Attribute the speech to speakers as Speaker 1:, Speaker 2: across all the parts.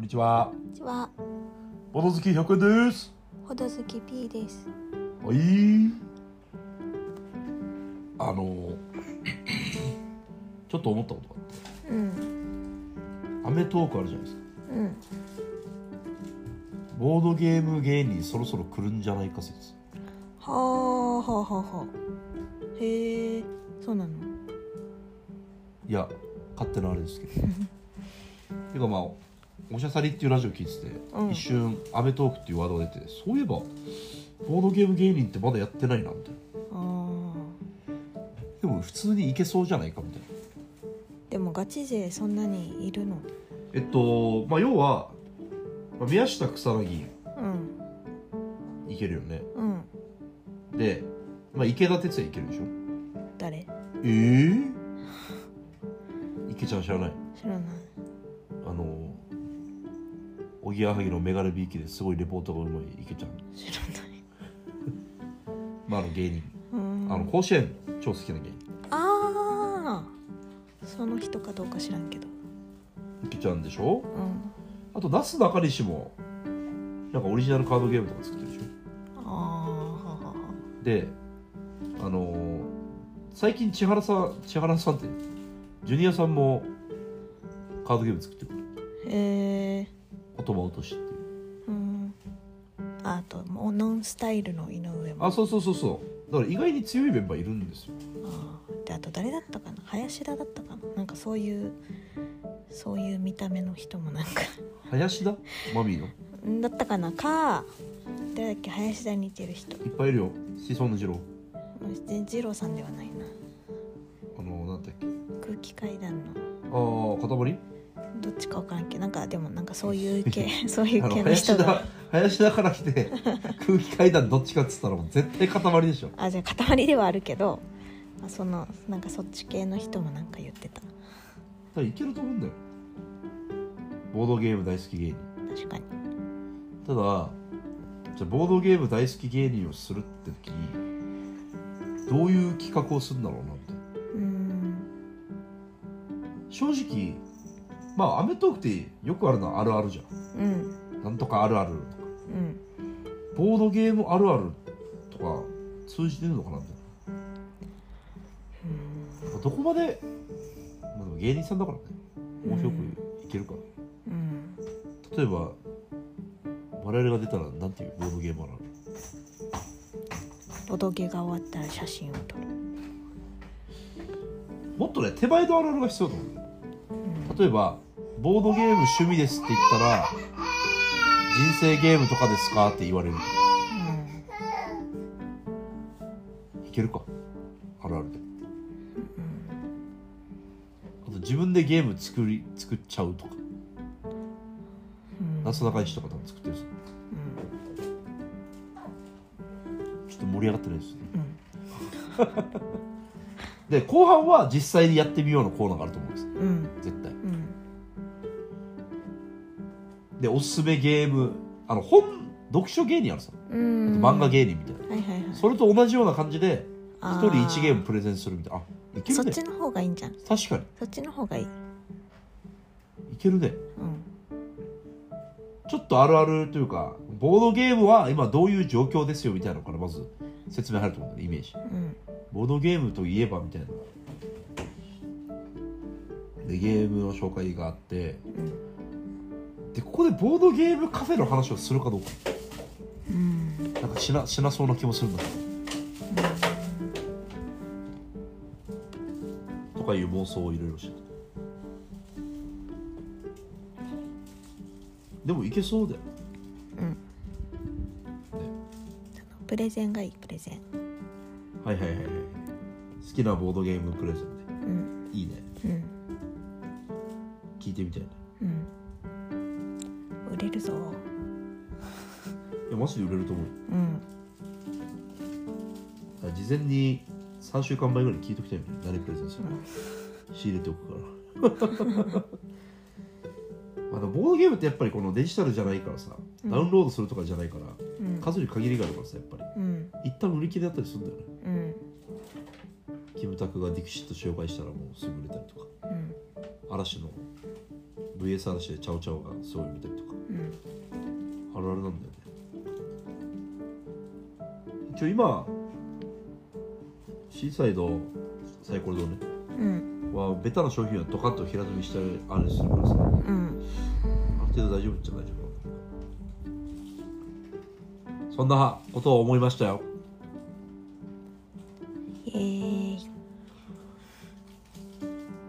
Speaker 1: にちは。
Speaker 2: こんにちは、
Speaker 1: ボト好き100円です。
Speaker 2: ほど好き P です。
Speaker 1: はい。あの、 ちょっと思ったことがあって、
Speaker 2: うん、
Speaker 1: アメトークあるじゃないですか。
Speaker 2: うん、
Speaker 1: ボードゲーム芸人そろそろ来るんじゃないか説。
Speaker 2: はあ、はあ、はあ、はあ。へえ、そうなの。
Speaker 1: いや、勝手なあれですけど。 てかまあ、おしゃさりっていうラジオ聞いてて、
Speaker 2: うん
Speaker 1: 一瞬アメトークっていうワードが出て、そういえば、ボードゲーム芸人ってまだやってないな、みたいな。
Speaker 2: あ
Speaker 1: でも普通にいけそうじゃないか、みたいな。
Speaker 2: あ、でもガチ勢そんなにいるの。
Speaker 1: えっと、まあ、要は、まあ、宮下草薙
Speaker 2: うん、
Speaker 1: いけるよね
Speaker 2: うん、
Speaker 1: で、まあ、池田哲也いけるでしょ
Speaker 2: 誰？
Speaker 1: ええ池ちゃん知らない
Speaker 2: 知らない。
Speaker 1: あのおぎやはぎのメガネビーキですごいレポートがうまい池ちゃん、
Speaker 2: 知らない。
Speaker 1: まあ、あの芸人
Speaker 2: うん、
Speaker 1: あの甲子園超好きな芸人
Speaker 2: ああ、その人かどうか知らんけど。
Speaker 1: 池ちゃんでしょ
Speaker 2: うん、
Speaker 1: あとなすなかにしもなんかオリジナルカードゲームとか作ってるでし
Speaker 2: ああ、はあ、はあ。
Speaker 1: ょであの最近千原さん千原さんってジュニアさんもカードゲーム作ってる
Speaker 2: へえ、
Speaker 1: 言葉落としっていう
Speaker 2: うん。あともうノンスタイルの井上も。
Speaker 1: あそうそうそうそうだから意外に強いメンバーいるんですよ
Speaker 2: あーであと誰だったかな林田だったかななんかそういうそういう見た目の人もなんか
Speaker 1: 林田マミーの
Speaker 2: んだったかなか誰だっけ林田に似てる人
Speaker 1: いっぱいいるよシソンヌ二郎
Speaker 2: で二郎さんではないな
Speaker 1: あのなんだっけ
Speaker 2: 空気階段の
Speaker 1: ああ塊
Speaker 2: どっちか分からんけどなんかでもなんかそういう 系そうい
Speaker 1: あ
Speaker 2: う系
Speaker 1: の
Speaker 2: の人
Speaker 1: 林
Speaker 2: が
Speaker 1: 田林田から来 て空気階段どっちかっつったらもう絶対塊でしょ
Speaker 2: あじゃあ塊ではあるけどあそのなんかそっち系の人もなんか言ってた
Speaker 1: だからいけると思うんだよボードゲーム大好き芸人
Speaker 2: 確かに
Speaker 1: ただじゃあボードゲーム大好き芸人をするって時にどういう企画をするんだろうなって
Speaker 2: うーん
Speaker 1: 正直まあ『アメトーク』ってよくあるのはあるあるじゃん
Speaker 2: うん
Speaker 1: なんとかあるある
Speaker 2: うん
Speaker 1: ボードゲームあるあるとか通じてるのかなってどこまで,、まあ、でも芸人さんだからね面白くいけるかな、
Speaker 2: うん
Speaker 1: 例えば我々が出たらなんていうボードゲームあるある
Speaker 2: ボドゲが終わったら写真を撮る
Speaker 1: もっとね手前のあるあるが必要だと思う例えばボードゲーム趣味ですって言ったら人生ゲームとかですかって言われる
Speaker 2: うん
Speaker 1: いけるかあるあるであと自分でゲーム作り作っちゃうとか
Speaker 2: うん
Speaker 1: なすなかにしとか多分作ってるしちょっと盛り上がってないですねで後半は実際にやってみようのコーナーがあると思うんです
Speaker 2: うんうん
Speaker 1: 絶対
Speaker 2: うん
Speaker 1: でおすすめゲームあの本読書芸人あるさあ
Speaker 2: う
Speaker 1: と
Speaker 2: ん
Speaker 1: 漫画芸人みたいな、
Speaker 2: はいはいはい
Speaker 1: それと同じような感じで
Speaker 2: あ
Speaker 1: 一人一ゲームプレゼンするみたいなあいけ
Speaker 2: そ
Speaker 1: る
Speaker 2: っ
Speaker 1: ね
Speaker 2: ちの方がいいんじゃん
Speaker 1: 確かに
Speaker 2: そっちの方がいい
Speaker 1: いけるね
Speaker 2: うん
Speaker 1: ちょっとあるあるというかボードゲームは今どういう状況ですよみたいなのからまず説明入ると思うんだよねイメージ
Speaker 2: うん
Speaker 1: ボードゲームといえばみたいなでゲームの紹介があって
Speaker 2: うん
Speaker 1: でここでボードゲームカフェの話をするかどうか
Speaker 2: うん
Speaker 1: なんかしなしなそうな気もするんだけど。とかいう妄想をいろいろしてたでもいけそうだよ
Speaker 2: そのプレゼンがいいプレゼン
Speaker 1: はいはいはいはい好きなボードゲームプレゼン
Speaker 2: うん
Speaker 1: でいいね
Speaker 2: うん
Speaker 1: 聞いてみたいね
Speaker 2: うん売れるぞ
Speaker 1: いやマジで売れると思う
Speaker 2: うん
Speaker 1: だから事前に3週間前ぐらいに聞いときたいよね誰プレゼンするか仕入れておくから まあでもボードゲームってやっぱりこのデジタルじゃないからさ、
Speaker 2: うん
Speaker 1: ダウンロードするとかじゃないから
Speaker 2: うん
Speaker 1: 数に限りがあるからさやっぱり
Speaker 2: うん
Speaker 1: 一旦売り切れだったりするんだよね
Speaker 2: うん
Speaker 1: キムタクがディクシット紹介したらもうすぐ売れたりとか
Speaker 2: うん
Speaker 1: 嵐の VS 嵐でチャオチャオがすごい見たりとか
Speaker 2: うん
Speaker 1: あるあるなんだよね一応今シーサイドサイコロ堂ね
Speaker 2: うん
Speaker 1: はベタな商品はドカッと平積みしてあれするからさ
Speaker 2: うん
Speaker 1: ある程度大丈夫っちゃ大丈夫そんなことを思いましたよ
Speaker 2: イエーイ
Speaker 1: 終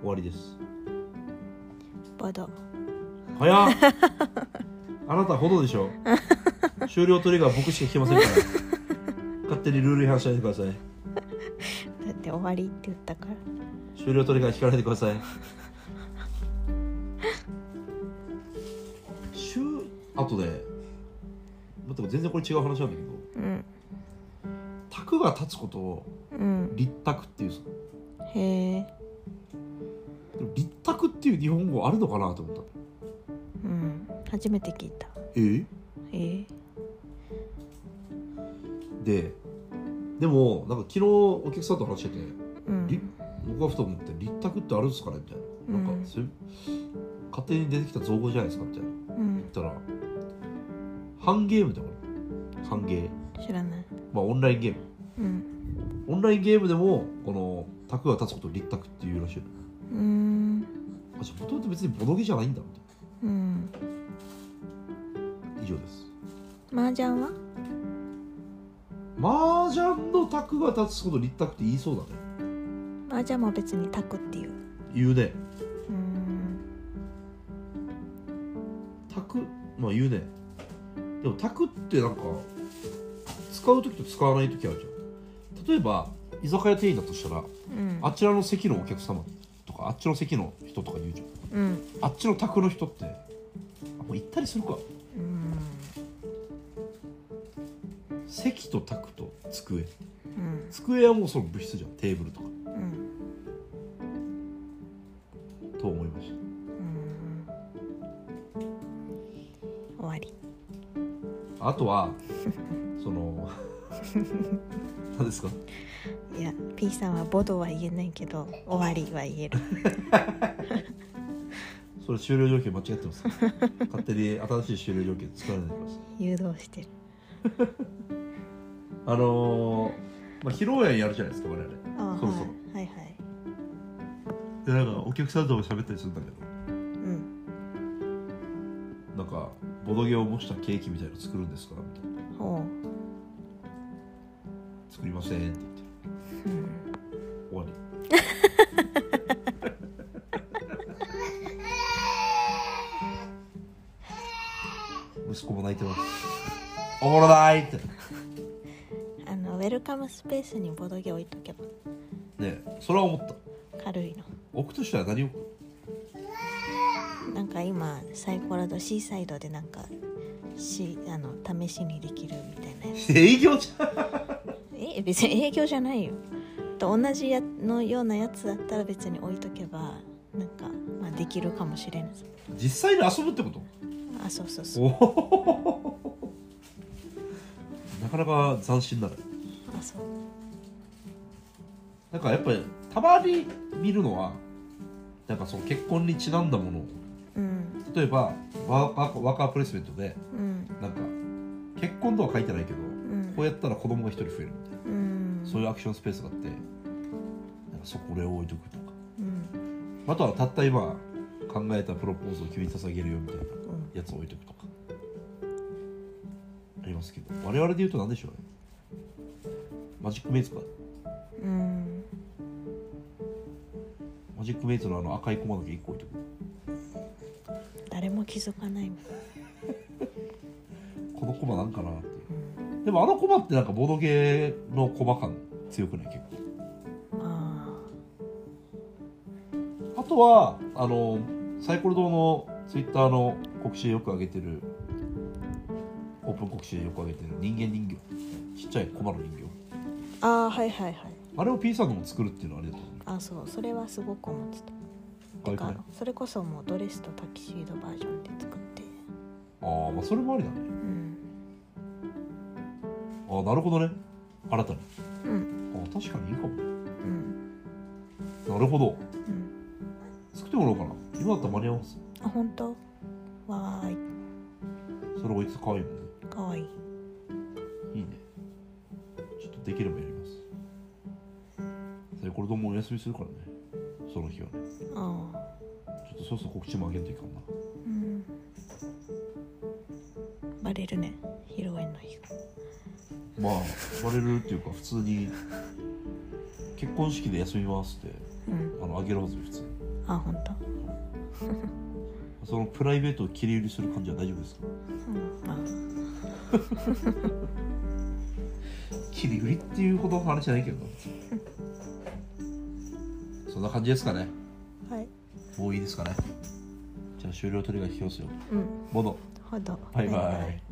Speaker 1: わりです
Speaker 2: バド
Speaker 1: 早っあなたほどでしょ終了トリガー僕しか聞けませんから勝手にルール違反しないでください
Speaker 2: だって終わりって言ったから
Speaker 1: 終了トリガー引かないでください週あとで待って全然これ違う話なんだけど
Speaker 2: うん
Speaker 1: 卓が立つことを
Speaker 2: うん
Speaker 1: 立卓っていうさ
Speaker 2: へえ
Speaker 1: でも立卓っていう日本語あるのかなと思った
Speaker 2: うん初めて聞いた
Speaker 1: え
Speaker 2: えー、
Speaker 1: ででもなんか昨日お客さんと話してて
Speaker 2: うん
Speaker 1: り僕がふと思って立卓ってあるんですかねみたいななんか、
Speaker 2: うん
Speaker 1: それ勝手に出てきた造語じゃないですかみたいな
Speaker 2: う
Speaker 1: 言っ
Speaker 2: ん
Speaker 1: たらハンゲームだからハンゲー
Speaker 2: 知らない
Speaker 1: まあオンラインゲーム
Speaker 2: うん
Speaker 1: オンラインゲームでもこの卓が立つことを立卓っていうらしいの
Speaker 2: うーん
Speaker 1: あじゃあもともと別にボドゲじゃないんだみ
Speaker 2: うん
Speaker 1: たいな以上です
Speaker 2: 麻雀は
Speaker 1: 麻雀の卓が立つことを立卓って言いそうだね
Speaker 2: 麻雀も別にタクっていう
Speaker 1: 言うね
Speaker 2: うーん
Speaker 1: 卓まあ言うねでも卓ってなんか使う時と使わない時あるじゃん例えば居酒屋店員だとしたら
Speaker 2: うん
Speaker 1: あちらの席のお客様とかあっちの席の人とか言うじゃん
Speaker 2: うん
Speaker 1: あっちの卓の人ってあもう行ったりするか
Speaker 2: うん
Speaker 1: 席と卓と机
Speaker 2: うん
Speaker 1: 机はもうその物質じゃんテーブルとか
Speaker 2: うん
Speaker 1: と思いました
Speaker 2: うん終わり
Speaker 1: あとはその何ですか
Speaker 2: いや P さんはボドは言えないけど終わりは言える
Speaker 1: それ終了条件間違ってます勝手に新しい終了条件作らないでください
Speaker 2: 誘導してる
Speaker 1: あのーまあ、披露宴やるじゃないですか我々
Speaker 2: ああ
Speaker 1: そうそう
Speaker 2: はいはいはい
Speaker 1: でなんかお客さんとも喋ったりするんだけど
Speaker 2: うん
Speaker 1: なんかボドゲを模したケーキみたいの作るんですかみたいな
Speaker 2: ほ
Speaker 1: 作りませんって言って
Speaker 2: ううん
Speaker 1: 終わり息子も泣いてますおもろないって
Speaker 2: あのウェルカムスペースにボドゲ置いとけば
Speaker 1: ねえそれは思った
Speaker 2: 軽いの
Speaker 1: 置くとしたら何置く
Speaker 2: なんか今サイコロとシーサイドでなんかしあの試しにできるみたいなやつ
Speaker 1: 営業じゃん
Speaker 2: え別に営業じゃないよと同じやのようなやつだったら別に置いとけばなんか、まあ、できるかもしれない
Speaker 1: 実際に遊ぶってこと
Speaker 2: あそうそうそう
Speaker 1: おおなかなか斬新だね
Speaker 2: あそう
Speaker 1: なんかやっぱりたまに見るのはなんかその結婚にちなんだものを
Speaker 2: うん
Speaker 1: 例えばワーワーワーカープレイスメントで
Speaker 2: うん
Speaker 1: なんか結婚とは書いてないけど
Speaker 2: うん
Speaker 1: こうやったら子供が一人増えるみたいな
Speaker 2: うん
Speaker 1: そういうアクションスペースがあってなんかそこで置いとくとか
Speaker 2: うん
Speaker 1: あとはたった今考えたプロポーズを君に捧げるよみたいな
Speaker 2: うん
Speaker 1: やつを置いとくとかありますけど我々で言うと何でしょうねマジックメイツか
Speaker 2: うん
Speaker 1: マジックメイツのあの赤い駒だけ1個置いと
Speaker 2: 誰も気づかないもん
Speaker 1: くこの駒なんかなっていうでもあの駒ってなんかボードゲーの駒感強くない結構
Speaker 2: あ
Speaker 1: あとはあのサイコロ堂のツイッターの告知でよく上げてるオープン告知でよく上げてる人間人形ちっちゃいコマの人形
Speaker 2: ーあーはいはいはい
Speaker 1: あれを P さんのも作るっていうのはあれだと思う
Speaker 2: あそうそれはすごく思ってた
Speaker 1: 可
Speaker 2: て
Speaker 1: 愛くな
Speaker 2: か
Speaker 1: い
Speaker 2: それこそもうドレスとタキシードバージョンで作って
Speaker 1: ああまあそれもありだね
Speaker 2: うん
Speaker 1: ああなるほどね新たに
Speaker 2: うん
Speaker 1: ああ確かにいいかも
Speaker 2: うん
Speaker 1: なるほど
Speaker 2: うん
Speaker 1: 作ってもらおうかな今だったら間に合います
Speaker 2: あ本当わーい
Speaker 1: それこいつ可愛いもんね
Speaker 2: かわいい
Speaker 1: いいねちょっとできればやりますサイコロ丼もお休みするからねその日はね
Speaker 2: ああ
Speaker 1: ちょっとそろそろ告知もあげんといかんな
Speaker 2: うんバレるね披露宴の日が
Speaker 1: まあバレるっていうか普通に結婚式で休みますって
Speaker 2: うん
Speaker 1: あのあげるはずよ普通に
Speaker 2: あ本当
Speaker 1: そのプライベートを切り売りする感じは大丈夫ですか
Speaker 2: うんまあ
Speaker 1: 切り売りっていうほどの話じゃないけどそんな感じですかね
Speaker 2: はい
Speaker 1: もういいですかねじゃあ終了取りが聞きますよ
Speaker 2: うん
Speaker 1: ボド
Speaker 2: ほど
Speaker 1: バイバイ